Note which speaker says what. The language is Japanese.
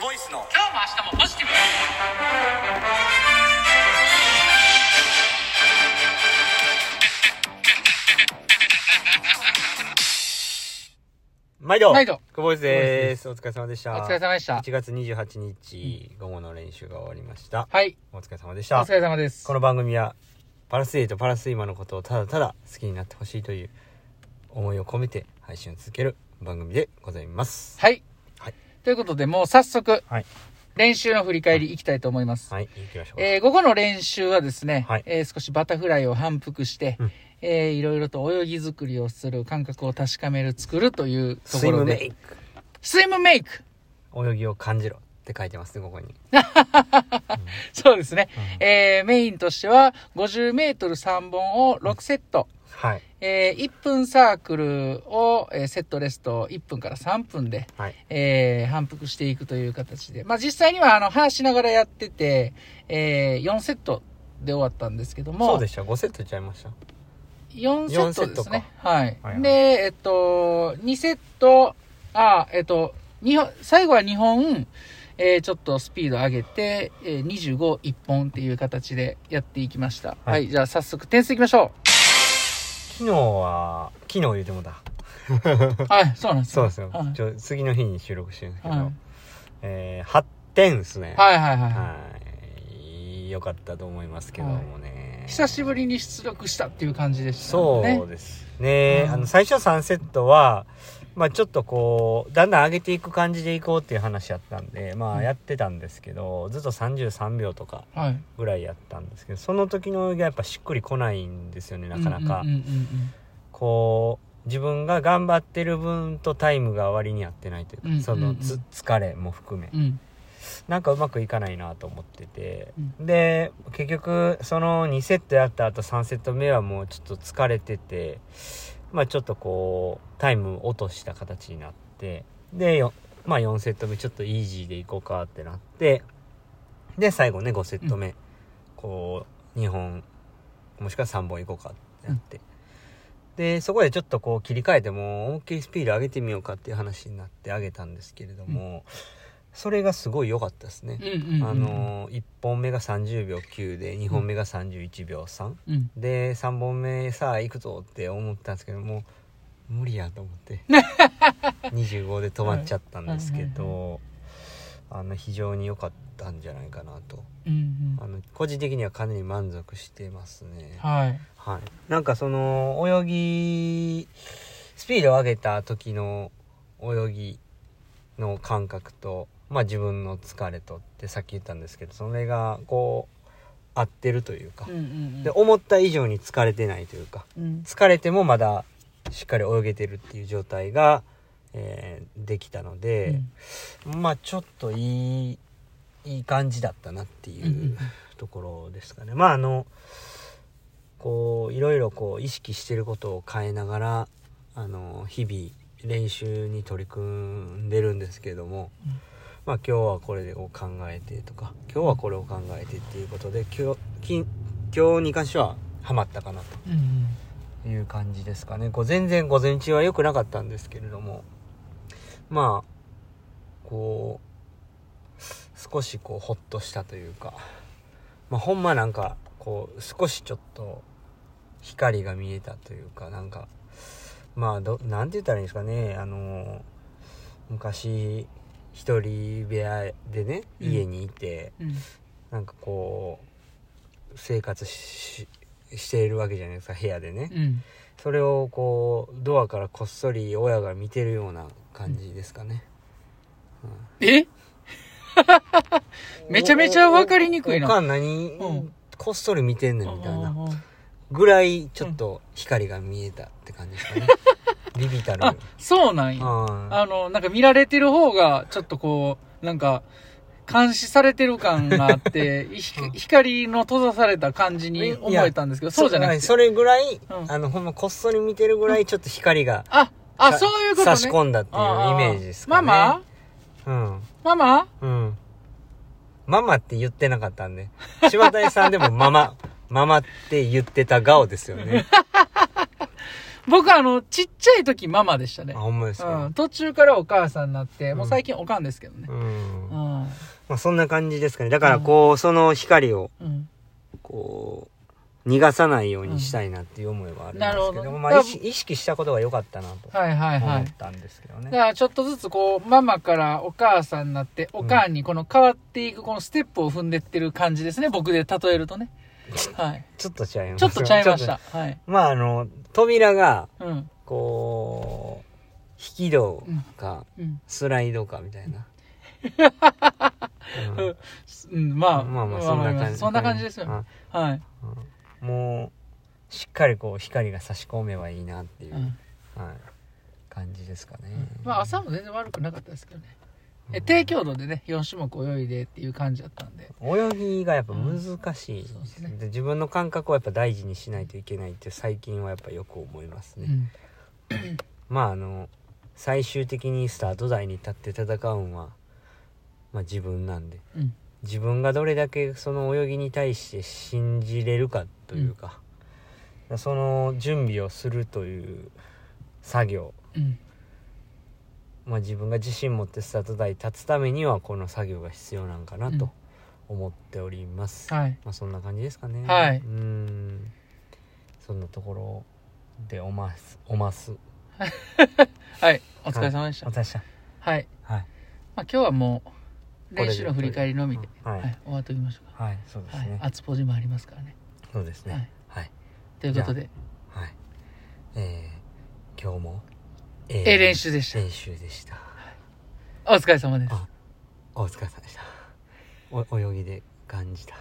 Speaker 1: ボイスの
Speaker 2: 今日も明日もポジティブに
Speaker 1: 毎度
Speaker 2: 毎度
Speaker 1: クボイスですお疲れ様でした
Speaker 2: お疲れ様でした
Speaker 1: 1月28日午後の練習が終わりました
Speaker 2: はい
Speaker 1: お疲れ様でし
Speaker 2: お
Speaker 1: た
Speaker 2: 疲れ様です
Speaker 1: この番組はパラスエイとパラスイマのことをただただ好きになってほしいという思いを込めて配信を続ける番組でございます
Speaker 2: はい、
Speaker 1: はい
Speaker 2: ということでもう早速
Speaker 1: はい
Speaker 2: 練習の振り返りいきたいと思います、
Speaker 1: はい行きましょう
Speaker 2: えー午後の練習はですね、
Speaker 1: はい
Speaker 2: えー少しバタフライを反復して、
Speaker 1: うん
Speaker 2: えーいろいろと泳ぎ作りをする感覚を確かめる作るというと
Speaker 1: ス
Speaker 2: こ
Speaker 1: イ
Speaker 2: ろ
Speaker 1: ム
Speaker 2: で
Speaker 1: メイク
Speaker 2: スイムメイク
Speaker 1: 泳ぎを感じろって書いてますねここに
Speaker 2: そうですね、
Speaker 1: うん
Speaker 2: えーメインとしては 50m3 本を6セット、
Speaker 1: はい
Speaker 2: え1分サークルを、えーセットレスト1分から3分で、
Speaker 1: はい
Speaker 2: えー反復していくという形で、まあ、実際にはあの話しながらやってて、え4セットで終わったんですけども
Speaker 1: そうでした5セットいっちゃいました
Speaker 2: 4セットですね。はい、
Speaker 1: はいはい
Speaker 2: で、えっと、2セット、あ、えっと、二本最後は2本、えーちょっとスピード上げて、えー、25、1本っていう形でやっていきました。はい、
Speaker 1: はい
Speaker 2: じゃあ早速点数いきましょ
Speaker 1: 昨日は昨日言うてもだ
Speaker 2: う。はい、そうなんです
Speaker 1: そう
Speaker 2: よ
Speaker 1: ですよ、
Speaker 2: はい
Speaker 1: ちょ次の日に収録してるんですけど、
Speaker 2: はい
Speaker 1: えー、8点ですね
Speaker 2: はいはいは
Speaker 1: は
Speaker 2: い。
Speaker 1: い良かったと思いますけどもね、
Speaker 2: 久しぶりに出力したっていう感じでしたね。
Speaker 1: そうですね
Speaker 2: うん
Speaker 1: あの最初3セットはまあちょっとこうだんだん上げていく感じでいこうっていう話やったんでま
Speaker 2: うん
Speaker 1: あやってたんですけど、ずっと33秒とか
Speaker 2: はい。
Speaker 1: ぐらいやったんですけどその時の泳ぎがやっぱしっくりこないんですよねなかなか、
Speaker 2: うんうんうんうん
Speaker 1: こう自分が頑張ってる分とタイムが割に合ってないというか、
Speaker 2: うんうんうん
Speaker 1: そのつ疲れも含め
Speaker 2: うんうん。
Speaker 1: なんかうまくいかないなと思ってて、
Speaker 2: う
Speaker 1: で結局その2セットやった後3セット目はもうちょっと疲れててまあちょっとこうタイム落とした形になってでよまあ4セット目ちょっとイージーでいこうかってなってで最後ね5セット目、こう2本もしくは3本いこうかってなって、でそこでちょっとこう切り替えてもう思いっきりスピード上げてみようかっていう話になって上げたんですけれども、それがすごい良かったですね。
Speaker 2: うんうんうん。
Speaker 1: あ、の1本目が30秒9で2本目が31秒3、
Speaker 2: うん。
Speaker 1: で3本目さあ行くぞって思ったんですけどもう無理やと思って 25で止まっちゃったんですけ
Speaker 2: はいは
Speaker 1: どあの非常に良かったんじゃないかなと
Speaker 2: うんうん
Speaker 1: あ。の個人的にはかなり満足してますね
Speaker 2: はい。
Speaker 1: はいなんかその泳ぎスピードを上げた時の泳ぎの感覚とまあ自分の疲れとってさっき言ったんですけどそれがこう合ってるというか、
Speaker 2: うんうんうん。
Speaker 1: で思った以上に疲れてないというか
Speaker 2: うん
Speaker 1: 疲れてもまだしっかり泳げてるっていう状態が、えーできたので、まあちょっといいいい感じだったなってい
Speaker 2: うんうんうん
Speaker 1: うところですかね。まああのこういろいろこう意識してることを変えながらあの日々練習に取り組んでるんですけれども、
Speaker 2: うん
Speaker 1: まあ今日はこれを考えてとか今日はこれを考えてっていうことで今日き今日に関してはハマったかなと。
Speaker 2: うんうん
Speaker 1: いう感じですかね。こう全然午前中は良くなかったんですけれども、まあ、こう、少しこう、ほっとしたというか、まあ、ほんまなんか、こう、少しちょっと、光が見えたというか、なんか、まあ、ど、なんて言ったらいいんですかね、あの、昔、一人部屋でね、
Speaker 2: うん
Speaker 1: 家にいて、
Speaker 2: うん
Speaker 1: なんかこう、生活し、しているわけじゃないですか、部屋でね。
Speaker 2: うん
Speaker 1: それをこうドアからこっそり親が見てるような感じですかね、
Speaker 2: えめちゃめちゃ分かりにくいな
Speaker 1: おかん何、
Speaker 2: うん
Speaker 1: こっそり見てんねんみたいな
Speaker 2: あー
Speaker 1: ぐらいちょっと光が見えたって感じですかね ビビたる
Speaker 2: あそうなんや
Speaker 1: あ
Speaker 2: あのなんか見られてる方がちょっとこうなんか監視されてる感があってひ光の閉ざされた感じに思えたんですけどそうじゃなくて
Speaker 1: それぐらい、
Speaker 2: うん
Speaker 1: あのほんまこっそり見てるぐらいちょっと光が、
Speaker 2: ああ
Speaker 1: さ
Speaker 2: そういうこと
Speaker 1: 差
Speaker 2: ね
Speaker 1: し込んだっていうイメージですかね
Speaker 2: あー
Speaker 1: うん
Speaker 2: ママママ
Speaker 1: うんママって言ってなかったんで。柴谷さんでもママ、ママって言ってた顔ですよね。
Speaker 2: 僕あの、ちっちゃい時ママでしたね
Speaker 1: あ、。ほんまです
Speaker 2: う
Speaker 1: か
Speaker 2: ん。。途中からお母さんになって、
Speaker 1: ん
Speaker 2: もう最近おかんですけどね
Speaker 1: う。ん。
Speaker 2: う
Speaker 1: ま
Speaker 2: ん。
Speaker 1: あそんな感じですかね。だからこう、その光を、
Speaker 2: うん。
Speaker 1: こう、逃がさないようにしたいなっていう思いはあるんですけ
Speaker 2: うんなる
Speaker 1: ど、
Speaker 2: ほど
Speaker 1: まあ意識意識したことが良かったなと
Speaker 2: はいはいは
Speaker 1: 思
Speaker 2: い
Speaker 1: っ。たんですけどね。
Speaker 2: だからちょっとずつこう、ママからお母さんになって、お母にこの変わっていくこのステップを踏んでってる感じですね。僕で例える とね。はい。
Speaker 1: ちょっとちゃいまし
Speaker 2: ちょ
Speaker 1: た。
Speaker 2: っとちゃいま
Speaker 1: ち
Speaker 2: し。
Speaker 1: ょった
Speaker 2: はい。
Speaker 1: と。まああの、扉が、
Speaker 2: うん。
Speaker 1: こう、引き戸か、
Speaker 2: うん。
Speaker 1: スライドかみたいな。うん
Speaker 2: うん、 まあ、
Speaker 1: まあまあそんな感じ
Speaker 2: そんな感じですよね。はい。
Speaker 1: うんもうしっかりこう光が差し込めばいいなっていう、
Speaker 2: うん
Speaker 1: はい、感じですかね、
Speaker 2: まあ、朝も全然悪くなかったですけどね。え、低強度でね、4種目泳いでっていう感じだったんで。
Speaker 1: 泳ぎがやっぱ難しいです
Speaker 2: うんそうですね
Speaker 1: で自分の感覚をやっぱ大事にしないといけないって最近はやっぱよく思います
Speaker 2: う
Speaker 1: ね、
Speaker 2: ん。
Speaker 1: まああの最終的にスタート台に立って戦うんは、まあ、自分なんで
Speaker 2: うん。
Speaker 1: 自分がどれだけその泳ぎに対して信じれるかというか、その準備をするという作業
Speaker 2: うん。
Speaker 1: まあ、自分が自信持ってスタート台に立つためにはこの作業が必要なんかな
Speaker 2: うん
Speaker 1: と思っております、
Speaker 2: はい。
Speaker 1: まあ、そんな感じですかね
Speaker 2: はいう
Speaker 1: ーんそんなところでおますおます
Speaker 2: はい。お疲れ様でし
Speaker 1: お
Speaker 2: た。
Speaker 1: 疲れ様でした
Speaker 2: はい。
Speaker 1: はい
Speaker 2: まあ、今日はもう、練習の振り返りのみで、
Speaker 1: はい、
Speaker 2: はい。終わっておきましょうか。
Speaker 1: はい、そうです
Speaker 2: はい
Speaker 1: ね、。
Speaker 2: 厚ポジもありますからね。
Speaker 1: そうですねはい
Speaker 2: ということで、
Speaker 1: はい、えー、今日もえー
Speaker 2: ええ練習でした。
Speaker 1: 練習でした
Speaker 2: お疲れ様です。
Speaker 1: あお疲れ様でしたお泳ぎで感じた